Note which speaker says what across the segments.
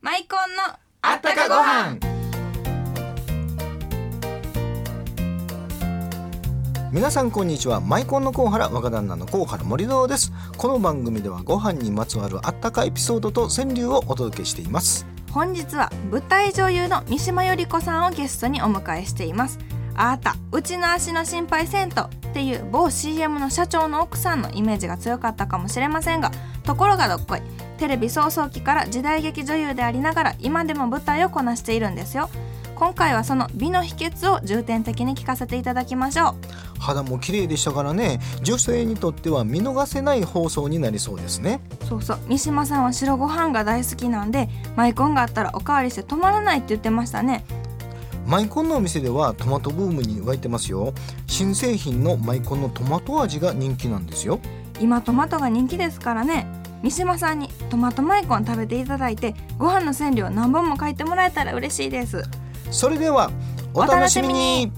Speaker 1: マイコンの
Speaker 2: あったかご飯
Speaker 3: 皆さんこんにちはマイコンのコウハラ若旦那のコウハラ森堂ですこの番組ではご飯にまつわるあったかエピソードと川柳をお届けしています
Speaker 1: 本日は舞台女優の三島由里子さんをゲストにお迎えしていますあーたうちの足の心配せんとっていう某 CM の社長の奥さんのイメージが強かったかもしれませんがところがどっこいテレビ早々期から時代劇女優でありながら今でも舞台をこなしているんですよ今回はその美の秘訣を重点的に聞かせていただきましょう
Speaker 3: 肌も綺麗でしたからね女性にとっては見逃せない放送になりそうですね
Speaker 1: そうそう三島さんは白ご飯が大好きなんでマイコンがあったらおかわりして止まらないって言ってましたね
Speaker 3: マイコンのお店ではトマトブームに沸いてますよ新製品のマイコンのトマト味が人気なんですよ
Speaker 1: 今トマトが人気ですからね三島さんにトマトマイコン食べていただいてご飯の線量を何本も書いてもらえたら嬉しいです
Speaker 3: それではお楽しみに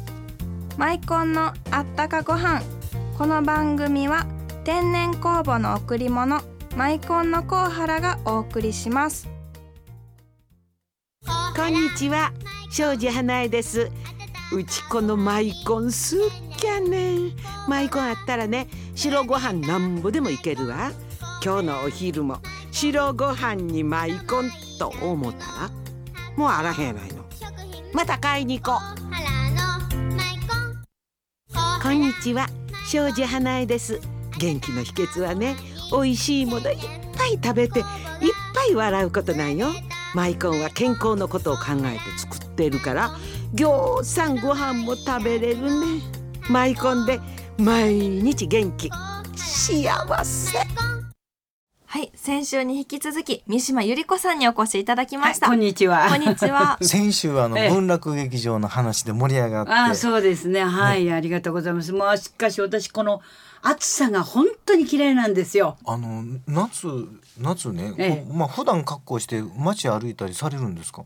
Speaker 1: マイコンのあったかご飯この番組は天然酵母の贈り物マイコンのコウハラがお送りします
Speaker 2: こんにちは庄司花江ですうちこのマイコンすっきゃねマイコンあったらね白ご飯なんぼでもいけるわ今日のお昼も白ご飯にマイコンと思ったらもうあらへんやないのまた買いに行こうこんにちは庄司花江です元気の秘訣はね美味しいものいっぱい食べていっぱい笑うことなんよマイコンは健康のことを考えて作っているからぎょうさんご飯も食べれるねマイコンで毎日元気幸せ
Speaker 1: はい先週に引き続き三島由里子さんにお越しいただきました、
Speaker 4: はいこんにちは。
Speaker 1: こんにちは
Speaker 3: 先週はあの
Speaker 4: ええ
Speaker 3: 文楽劇場の話で盛り上がって、
Speaker 4: ああそうですね。はい、ありがとうございます。まあしかし私この暑さが本当に嫌いなんですよ。
Speaker 3: あの夏夏ね、
Speaker 4: ええ
Speaker 3: こうまあ普段格好して街歩いたりされるんですか？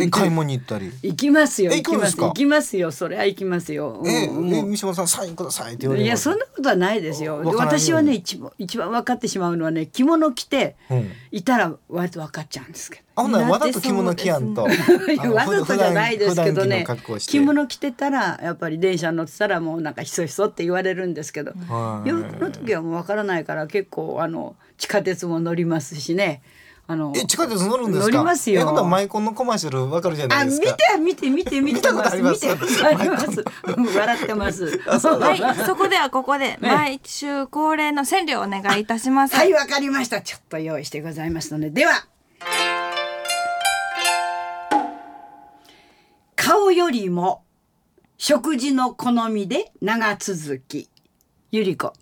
Speaker 3: え買い物に行ったり。
Speaker 4: 行きますよ。
Speaker 3: え行
Speaker 4: 行き
Speaker 3: くんで
Speaker 4: ますす。
Speaker 3: か
Speaker 4: 行きますよ。それは行きますよ。
Speaker 3: ええ、え
Speaker 4: うんもう
Speaker 3: 三島さんサインくださいって言われ
Speaker 4: い
Speaker 3: る
Speaker 4: やそんなことはないですよ。
Speaker 3: わからない
Speaker 4: 私はね一番一番分かってしまうのはね着物着て
Speaker 3: うん
Speaker 4: いたら割と分かっちゃうんですけど。
Speaker 3: あほんならわ
Speaker 1: 苦
Speaker 3: ざ
Speaker 1: 手
Speaker 3: と着物着やんと。
Speaker 4: いやわざとじゃないですけどね
Speaker 3: 普段普段着の格好して
Speaker 4: 着物着てたらやっぱり電車乗ってたらもうなんかひそひそって言われるんですけど、
Speaker 3: はい
Speaker 4: 夜の時はもうわからないから結構あの地下鉄も乗りますしねあの
Speaker 3: え地下鉄乗るんですか？
Speaker 4: 乗りますよ
Speaker 3: え今度はマイコンのコマーシャルわかるじゃな
Speaker 4: あ
Speaker 3: いで
Speaker 4: 見
Speaker 3: すか。
Speaker 4: て見て見て見て
Speaker 3: 見たことあります
Speaker 4: 見てあ りますうん笑ってます
Speaker 1: は、
Speaker 4: はい
Speaker 1: そこではここで毎週恒例の川柳をお願いいたします。
Speaker 4: いわかりましたちょっと用意してございますのででは顔よりも食事の好みで長続きゆり子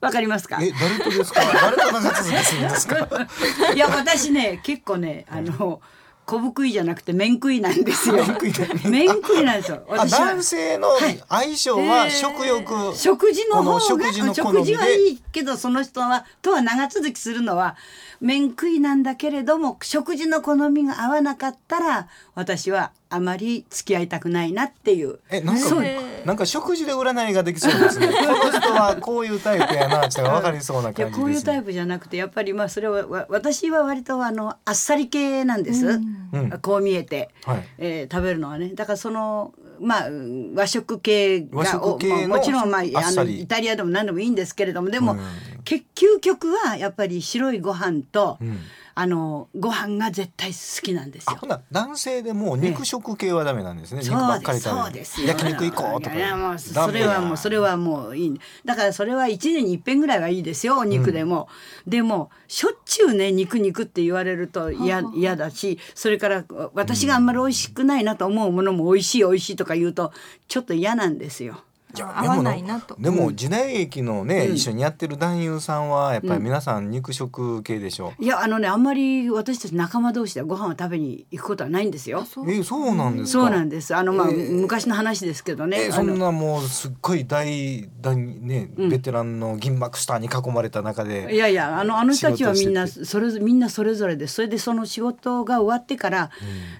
Speaker 4: わかりますか
Speaker 3: え誰とですか？誰と長続きするんですか？
Speaker 4: いや私ね結構ねあの小福井じゃなくて麺食いなんですよ。
Speaker 3: 食いなんです
Speaker 4: 麺食いなんですよ。
Speaker 3: あ
Speaker 4: 私は
Speaker 3: 男性の相性は食欲。
Speaker 4: 食事の方
Speaker 3: この
Speaker 4: が
Speaker 3: 食事の好みで
Speaker 4: 食事はいいけどその人はとは長続きするのは麺食いなんだけれども食事の好みが合わなかったら私はあまり付き合いたくないなっていう。
Speaker 3: えなんか
Speaker 4: そう
Speaker 3: なんか食事で占いができそうです ね。この人はこういうタイプやなってわかりそうない
Speaker 4: や
Speaker 3: 感じです、ね。
Speaker 4: こういうタイプじゃなくてやっぱりまあそれはわ私は割とあのあっさり系なんです、
Speaker 3: うん
Speaker 4: こう見えて、
Speaker 3: はい
Speaker 4: えー食べるのはねだからそのまあうん和食系
Speaker 3: 和
Speaker 4: が
Speaker 3: 食系の
Speaker 4: おまあもちろん、まあ、
Speaker 3: あっ
Speaker 4: あ
Speaker 3: さ
Speaker 4: の
Speaker 3: り
Speaker 4: イタリアでも何でもいいんですけれどもでも、
Speaker 3: うん
Speaker 4: 結究極はやっぱり白いご飯と、
Speaker 3: ん
Speaker 4: あのご飯が絶対好きなんです
Speaker 3: あ
Speaker 4: よ
Speaker 3: ほ。な男性でもう肉食系はダメなんですね。
Speaker 4: そ
Speaker 3: 肉ばっ
Speaker 4: う
Speaker 3: か
Speaker 4: で
Speaker 3: り
Speaker 4: すそう
Speaker 3: 食べ
Speaker 4: で
Speaker 3: る
Speaker 4: す。よ
Speaker 3: 焼肉行こうとか。
Speaker 4: いやもう
Speaker 3: ダ
Speaker 4: そ
Speaker 3: メ
Speaker 4: れ
Speaker 3: や
Speaker 4: はもうそれはもういい。だからそれは一年に一遍ぐらいはいいですよ。お肉でも、でもしょっちゅうね肉肉って言われると嫌嫌だし、それから私があんまり美味しくないなと思うものも美味しい美味しいとか言うとちょっと嫌なんですよ。
Speaker 1: 合
Speaker 3: でも
Speaker 1: わないなと。
Speaker 3: でも時代劇のね、一緒にやってる男優さんはやっぱり皆さん肉食系でしょ。
Speaker 4: いやあのねあんまり私たち仲間同士でご飯を食べに行くことはないんですよ。
Speaker 1: そう
Speaker 3: えそうなんですか。
Speaker 4: そうなんです。あのまあ、昔の話ですけどね。
Speaker 3: え
Speaker 4: あ
Speaker 3: そ
Speaker 4: の
Speaker 3: んなもうすっごい大大ね、ベテランの銀幕スターに囲まれた中で。
Speaker 4: いやいやあのあの人たちはみんな
Speaker 3: 仕
Speaker 4: それぞみんなそれぞれですそれでその仕事が終わってから、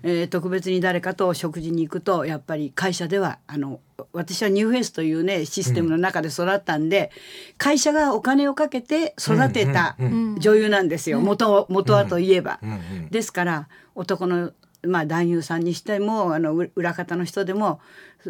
Speaker 4: えー特別に誰かと食事に行くとやっぱり会社ではあの私はニューフェイスというねシステムの中で育ったんで、会社がお金をかけて育てた
Speaker 3: うんうん
Speaker 1: うん
Speaker 4: 女優なんですよ、元は元はといえば。
Speaker 3: うんうん
Speaker 4: ですから男の、まあ、男優さんにしてもあのう裏方の人でも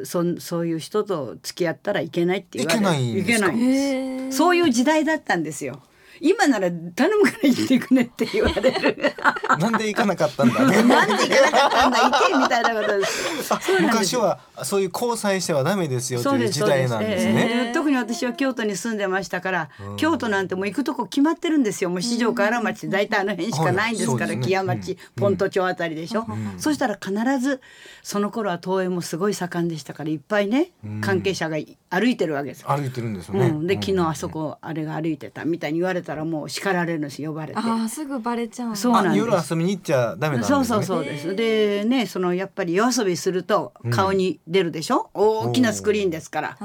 Speaker 4: そんそういう人と付き合ったらいけないって言われる
Speaker 3: いけないんですか
Speaker 4: いけないんですそういう時代だったんですよ。今なら頼むから行ってくねって言われる。
Speaker 3: なんで行かなかったんだね
Speaker 4: なんで行かなかったんだ行けみたいなことです。 そうなんです
Speaker 3: 昔はそういう交際してはダメですよと
Speaker 4: そう
Speaker 3: いう
Speaker 4: で
Speaker 3: 時
Speaker 4: すそうで
Speaker 3: 代
Speaker 4: す
Speaker 3: なんですね。
Speaker 4: ええ特に私は京都に住んでましたから、京都なんてもう行くとこ決まってるんですよもう四条河原町大体あの辺しかないんですから、
Speaker 3: はいそうですね
Speaker 4: 木屋町、
Speaker 3: うん
Speaker 4: ポント町あたりでしょ、そしたら必ずその頃は東映もすごい盛んでしたからいっぱいね関係者が歩いてるわけです。
Speaker 3: 歩いてるんですよ
Speaker 4: う
Speaker 3: ね。
Speaker 4: ん、で昨日あそ
Speaker 3: こ。
Speaker 4: こあれが歩いてたみたいに言われたらもう叱られるし呼ばれて。
Speaker 1: ああすぐバレちゃう
Speaker 4: そう
Speaker 3: あ
Speaker 4: なんです
Speaker 3: 夜遊びに行っちゃダメなんですね。
Speaker 4: そうそうそうです。でねそのやっぱり夜遊びすると顔に出るでしょ、大きなスクリーンですから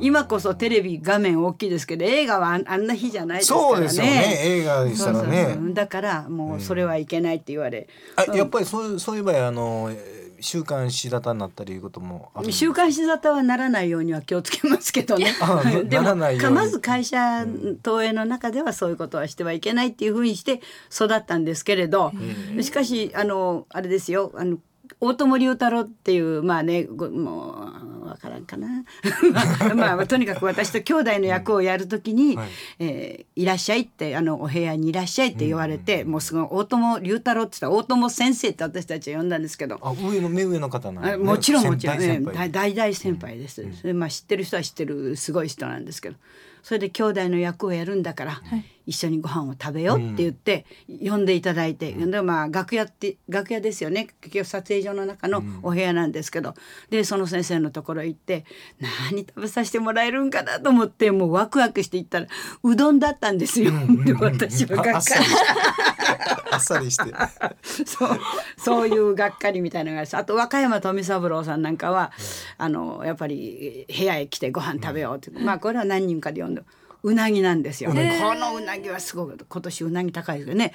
Speaker 4: 今こそテレビ画面大きいですけど映画はあんあんな日じゃないですからね。
Speaker 3: そうですよね。映画でしたら
Speaker 4: そうそうそ
Speaker 3: ね。
Speaker 4: うだからもうそれはいけないって言われ、
Speaker 3: あやっぱりそうそういう場合あのえー週刊誌だたになったりいうこともあるんです
Speaker 4: 週刊誌沙汰はならないようには気をつけますけどね
Speaker 3: あな
Speaker 4: でも
Speaker 3: ならないように
Speaker 4: かまず会社投影の中ではそういうことはしてはいけないっていうふうにして育ったんですけれど、しかしあのあれですよあの大友龍太郎っていうまあねごもうわからんかな まあ、まあとにかく私と兄弟の役をやるときに、
Speaker 3: はい
Speaker 4: えーいらっしゃいってあのお部屋にいらっしゃいって言われて、もうすごい大友龍太郎って言ったら大友先生って私たちは呼んだんですけど
Speaker 3: あ上の目上の方なんで
Speaker 4: あ
Speaker 3: すね
Speaker 4: もちろんもちろん、
Speaker 3: 先
Speaker 4: え
Speaker 3: 輩先
Speaker 4: え大
Speaker 3: 輩
Speaker 4: 大大先輩です、それまあ、知ってる人は知ってるすごい人なんですけどそれで兄弟の役をやるんだから、一緒にご飯を食べようって言って、呼んでいただいて、でまあ楽屋って楽屋ですよね結局撮影所の中のお部屋なんですけど、でその先生のところ行って何食べさせてもらえるんかなと思ってもうワクワクして行ったらうどんだったんですよ、で私は
Speaker 3: あ
Speaker 4: が
Speaker 3: あっ
Speaker 4: っ
Speaker 3: さ
Speaker 4: か
Speaker 3: り
Speaker 4: り
Speaker 3: して あっさりして。
Speaker 4: そうそういうがっかりみたいなのがありますあと若山富三郎さんなんかは、あのやっぱり部屋へ来てご飯食べようって、まあこれは何人かで呼んでうなぎなんですよ、このうなぎはすごく今年うなぎ高いですよね、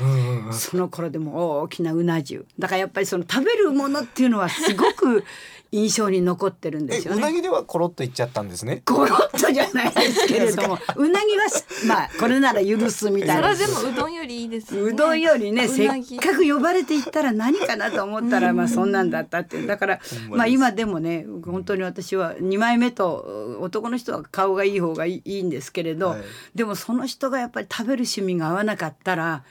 Speaker 4: その頃でも大きなうな重だからやっぱりその食べるものっていうのはすごく 印象に残ってるんで
Speaker 3: え
Speaker 4: すよ
Speaker 3: う
Speaker 4: ね
Speaker 3: な。ぎではコロッといっちゃったんですね。
Speaker 4: ゴロッとじゃないですけれども、うなぎはまあこれなら許すみた
Speaker 1: それ
Speaker 4: いな
Speaker 1: は。でもうどんよりいいですよね
Speaker 4: うどんよりね
Speaker 1: う
Speaker 4: せっ
Speaker 1: なぎ
Speaker 4: かく呼ばれて行ったら何かなと思ったらまあそんなんだったっていうだから
Speaker 3: ま
Speaker 4: まあ
Speaker 3: です
Speaker 4: 今でもね本当に私は2枚目と男の人は顔がいい方がいいいいんですけれど、
Speaker 3: はい
Speaker 4: でもその人がやっぱり食べる趣味が合わなかったら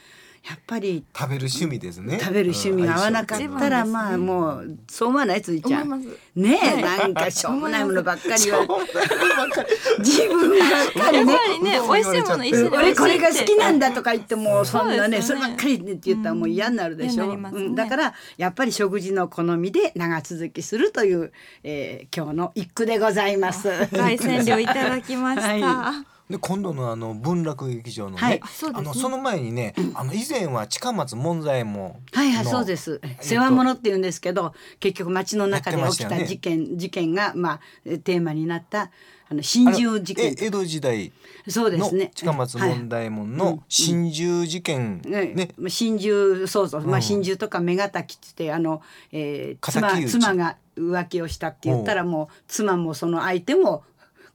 Speaker 4: やっぱり
Speaker 3: 食べる趣味ですね。
Speaker 4: 食べる趣味が合わなかっ
Speaker 3: うん
Speaker 4: たら、まあもうそう思わないついちゃん
Speaker 1: 思います
Speaker 4: ねえなんかしょうもないものばっかり言われて 自分ばっかり
Speaker 1: やっ
Speaker 4: ね
Speaker 1: ぱりね美味しいもの一緒に美味しい
Speaker 4: 俺
Speaker 1: って
Speaker 4: これが好きなんだとか言ってもうそんなね
Speaker 1: そ
Speaker 4: そう
Speaker 1: ですよね
Speaker 4: ればっかりねって言ったらもう嫌になるでしょ、
Speaker 1: う
Speaker 4: うん
Speaker 1: 嫌
Speaker 4: ん
Speaker 1: になりますね
Speaker 4: だからやっぱり食事の好みで長続きするという、えー今日の一句でございます。
Speaker 1: 大占領いただきました、
Speaker 4: は
Speaker 3: で今度のあの文楽劇場のね、
Speaker 4: はい
Speaker 1: そうですね
Speaker 3: あのその前にね、あの以前は近松門左衛門
Speaker 4: はいはい
Speaker 3: の
Speaker 4: そうです
Speaker 3: えっと
Speaker 4: 世話物って言うんですけど結局街の中で起き
Speaker 3: やってましたよね
Speaker 4: た事件事件がまあえテーマになったあの心中事
Speaker 3: あ
Speaker 4: 件
Speaker 3: のえ江戸時代
Speaker 4: そうで
Speaker 3: の
Speaker 4: すね
Speaker 3: 近松門左衛門の心中事件
Speaker 4: ね
Speaker 3: ね、
Speaker 4: まあ心中そうそう、まあ心中とか目敵ってあの、えー
Speaker 3: 敵
Speaker 4: 妻
Speaker 3: 討ち
Speaker 4: 妻が浮気をしたって言ったらもう妻もその相手も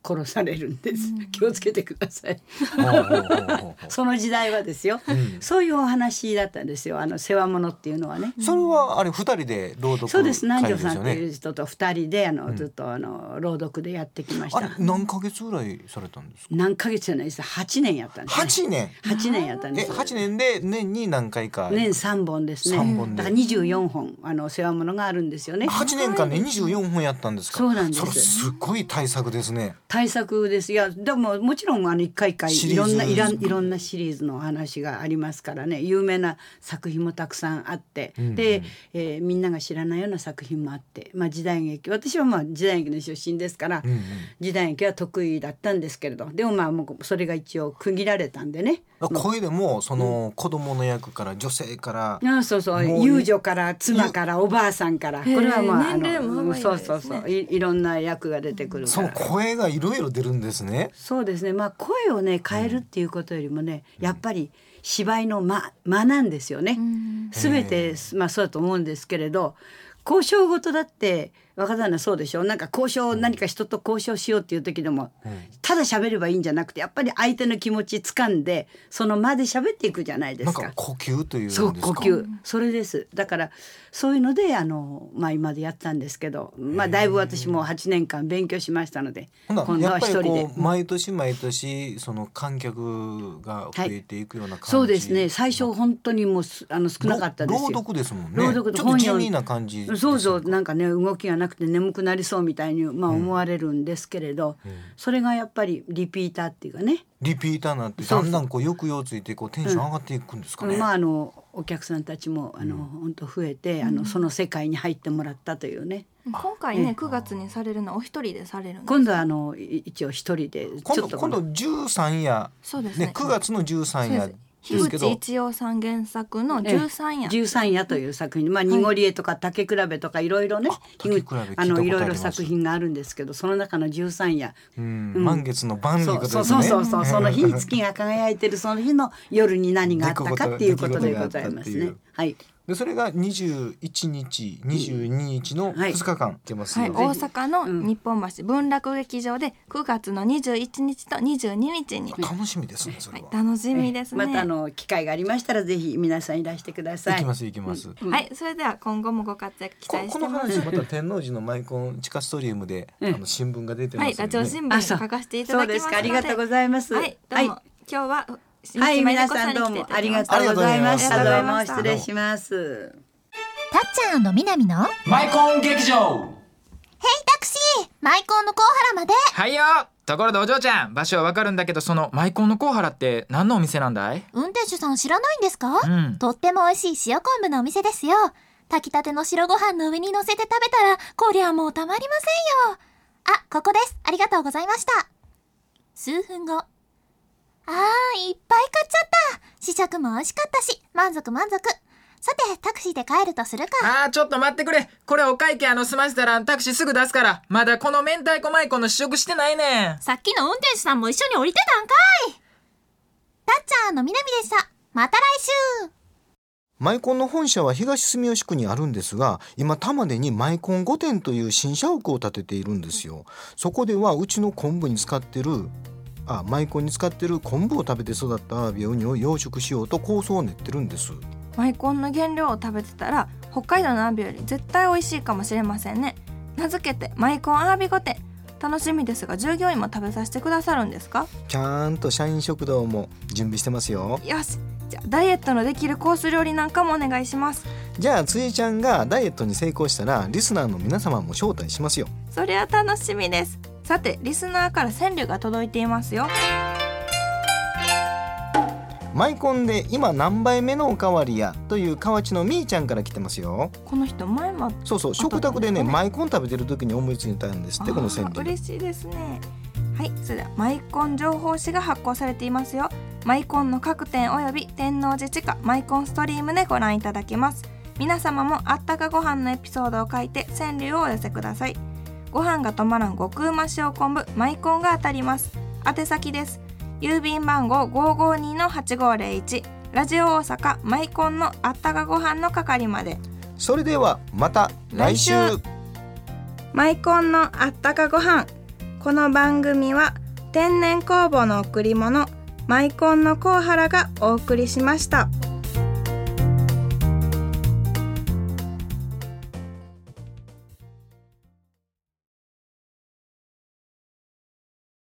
Speaker 4: 殺されるんです、気をつけてください
Speaker 3: ほうほうほうほう
Speaker 4: その時代はですよ、そういうお話だったんですよあの世話物っていうのはね
Speaker 3: それはあれ二人で朗読
Speaker 4: そうです南
Speaker 3: 会
Speaker 4: 條
Speaker 3: です
Speaker 4: さん
Speaker 3: よ
Speaker 4: ってい
Speaker 3: ね。
Speaker 4: う人と二人であの、ずっとあの朗読でやってきまし
Speaker 3: あ
Speaker 4: た
Speaker 3: れ何ヶ月ぐらいされたんですか。
Speaker 4: 何ヶ月じゃないです8年やったんです、ね、
Speaker 3: 八年。
Speaker 4: 8年やったんで
Speaker 3: え
Speaker 4: す
Speaker 3: 八年で年に何回か。
Speaker 4: 年三本ですね
Speaker 3: 三本で
Speaker 4: だから24本あの世話物があるんですよね
Speaker 3: 八年間で二十四本やったんですか。
Speaker 4: そうなんです
Speaker 3: れすごい対策ですね。
Speaker 4: 対策ですいやでももちろんあの一回一回
Speaker 3: シ
Speaker 4: い
Speaker 3: リー
Speaker 4: ろ
Speaker 3: ズ
Speaker 4: んないらんいろんなシリーズのお話がありますからね有名な作品もたくさんあって、で、えーみんなが知らないような作品もあって、まあ、時代劇私はまあ時代劇の出身ですから、
Speaker 3: うんうん
Speaker 4: 時代劇は得意だったんですけれどでもまあもうそれが一応区切られたんでね。
Speaker 3: だから声でもその子供の役から女性から。
Speaker 4: あそうそう
Speaker 3: もう
Speaker 4: 遊女から妻からおばあさんからこ
Speaker 1: ー
Speaker 4: れはまああ
Speaker 1: 年齢も
Speaker 4: の
Speaker 1: 幅
Speaker 4: うんそう
Speaker 1: 広いです
Speaker 4: そ
Speaker 1: ね
Speaker 4: うそういいろんな役が出てくる
Speaker 3: そ
Speaker 4: か
Speaker 3: の
Speaker 4: ら。
Speaker 3: 声がいろいろ出るんですね。
Speaker 4: そうですね、まあ、声をね変えるっていうことよりもね、やっぱり芝居の間間なんですよね。すべて、まあ、そうだと思うんですけれど交渉事だって若旦那そうでしょなんか交渉、何か人と交渉しようっていう時でも、ただ喋ればいいんじゃなくてやっぱり相手の気持ち掴んでその間で喋っていくじゃないで
Speaker 3: なん
Speaker 4: すか
Speaker 3: か。呼吸というんですか
Speaker 4: そう呼吸それですだからそういうのであの、まあ、今までやったんですけど、まあ、だいぶ私も8年間勉強しましたので
Speaker 3: ほんなら
Speaker 4: 今度は一人
Speaker 3: やっ
Speaker 4: で
Speaker 3: ぱりこ。う毎年毎年その観客が増えていくような感じ、
Speaker 4: そうですね最初本当にもうすあの少なかったですよ
Speaker 3: 朗読ですもんね
Speaker 4: 朗読
Speaker 3: ち
Speaker 4: と
Speaker 3: ょっと
Speaker 4: 本
Speaker 3: 地
Speaker 4: 読
Speaker 3: 味な感じです
Speaker 4: そうそうなんかね動きがなくて眠くなりそうみたいに、まあ、思われるんですけれど、それがやっぱりリピーターっていうかね、
Speaker 3: リピーターになって
Speaker 4: そう
Speaker 3: だ
Speaker 4: そうん
Speaker 3: だんこう抑揚ついてこうテンション上がっていくんですかね、
Speaker 4: まああのお客さんたちもあの、本当増えてあのその世界に入ってもらったというね
Speaker 1: 今回ね9月にされるのはお一人でされるんです
Speaker 4: 今度はあのい一応一人で
Speaker 3: 今
Speaker 4: ち
Speaker 3: 度
Speaker 4: ょっと
Speaker 3: 今度13夜
Speaker 1: そうですね
Speaker 3: ね9月の13夜で
Speaker 1: 樋
Speaker 3: すけ
Speaker 1: 口
Speaker 3: ど
Speaker 1: 一葉さん原作の
Speaker 4: ええ
Speaker 1: 13夜、
Speaker 4: 13夜という作品まあ濁り絵とか竹比べとかいろいろね
Speaker 3: あ竹比べ聞いたことあります
Speaker 4: のいろいろ作品があるんですけどその中の13夜
Speaker 3: うん
Speaker 4: うん
Speaker 3: 満月の晩と
Speaker 4: そ
Speaker 3: いう
Speaker 4: う
Speaker 3: こと
Speaker 4: そう
Speaker 3: です
Speaker 4: そう
Speaker 3: ね
Speaker 4: そうそうそ の日に月が輝いてるその日の夜に何があったかっていうことでございま
Speaker 3: 出来事があったっ
Speaker 4: す
Speaker 3: てい
Speaker 4: ね
Speaker 3: う。
Speaker 4: はい。
Speaker 3: でそれが21日22日の
Speaker 4: はい
Speaker 3: 2日間いけますよ、
Speaker 1: はい、大阪の日本橋文楽劇場で9月の21日と22日に、は
Speaker 3: 楽しみですねそれ
Speaker 1: い
Speaker 3: は、、
Speaker 1: 楽しみですね。
Speaker 4: またあの機会がありましたらぜひ皆さんいらしてくだ
Speaker 3: い、
Speaker 4: さい。
Speaker 3: きますいきます、
Speaker 1: はい、それでは今後もご活躍期
Speaker 3: こ
Speaker 1: 待し
Speaker 3: こ
Speaker 1: て
Speaker 3: の
Speaker 1: ます。
Speaker 3: 話また天王寺のマイコン地下ストリームで、
Speaker 4: うん
Speaker 3: あの新聞が出てます
Speaker 1: は
Speaker 3: よ
Speaker 1: い、
Speaker 3: ね、
Speaker 1: ラジオ新
Speaker 4: あ
Speaker 1: 聞
Speaker 4: そう
Speaker 1: 書かせていただきますので。
Speaker 4: そうですかありがとうございます
Speaker 1: はい、どうも、
Speaker 4: は
Speaker 1: 今日は
Speaker 4: はい、
Speaker 1: 島由
Speaker 4: 皆
Speaker 1: 里子
Speaker 4: さん
Speaker 1: に来
Speaker 4: どう
Speaker 1: てい
Speaker 4: も
Speaker 1: ただきました
Speaker 4: ありがとうございました。
Speaker 1: ありが
Speaker 4: ど
Speaker 1: とうご
Speaker 4: う
Speaker 1: ざい
Speaker 4: も
Speaker 1: ました
Speaker 4: 失礼します。
Speaker 5: たっちゃんみなみのヘイ
Speaker 6: マイコン劇場
Speaker 5: タクシーマイコンのコウハラまで
Speaker 6: はいよところでお嬢ちゃん場所はわかるんだけどそのマイコンのコウハラって何のお店なんだい
Speaker 5: 運転手さん知らないんですか、
Speaker 6: うん
Speaker 5: とっても美味しい塩昆布のお店ですよ炊きたての白ご飯の上に乗せて食べたらこりゃもうたまりませんよあここですありがとうございました数分後あーいっぱい買っちゃった試食も美味しかったし満足満足さてタクシーで帰るとするか
Speaker 6: あーちょっと待ってくれこれお会計あの済ませたらタクシーすぐ出すからまだこの明太子マイコンの試食してないねん
Speaker 5: さっきの運転手さんも一緒に降りてたんかいたっちゃんのみなみでした。また来週
Speaker 3: マイコンの本社は東住吉区にあるんですが今玉でにマイコン5店という新社屋を建てているんですよそこではうちの昆布に使ってるあマイコンに使ってる昆布を食べて育ったアワビやウニを養殖しようと構想を練ってるんです
Speaker 1: マイコンの原料を食べてたら北海道のアワビより絶対美味しいかもしれませんね名付けてマイコンアワビ御殿楽しみですが従業員も食べさせてくださるんですか
Speaker 3: ちゃんと社員食堂も準備してますよ
Speaker 1: よしじゃあダイエットのできるコース料理なんかもお願いします
Speaker 3: じゃあついちゃんがダイエットに成功したらリスナーの皆様も招待しますよ
Speaker 1: それは楽しみですさてリスナーから川柳が届いていますよ
Speaker 3: マイコンで今何杯目のおかわりやという河内のみーちゃんから来てますよ
Speaker 1: この人前もあって
Speaker 3: そうそう食卓でねマイコン食べてる時に思いついたんですってこの川
Speaker 1: あー
Speaker 3: 柳
Speaker 1: 嬉しいですねはいそれではマイコン情報誌が発行されていますよマイコンの各店および天王寺地下マイコンストリームでご覧いただけます皆様もあったかご飯のエピソードを書いて川柳をお寄せくださいご飯が止まらん極うま塩昆布マイコンが当たります宛先です郵便番号552-8501ラジオ大阪マイコンのあったかご飯の係まで
Speaker 3: それではまた来週
Speaker 1: マイコンのあったかご飯この番組は天然酵母の贈り物マイコンのコウハラがお送りしました。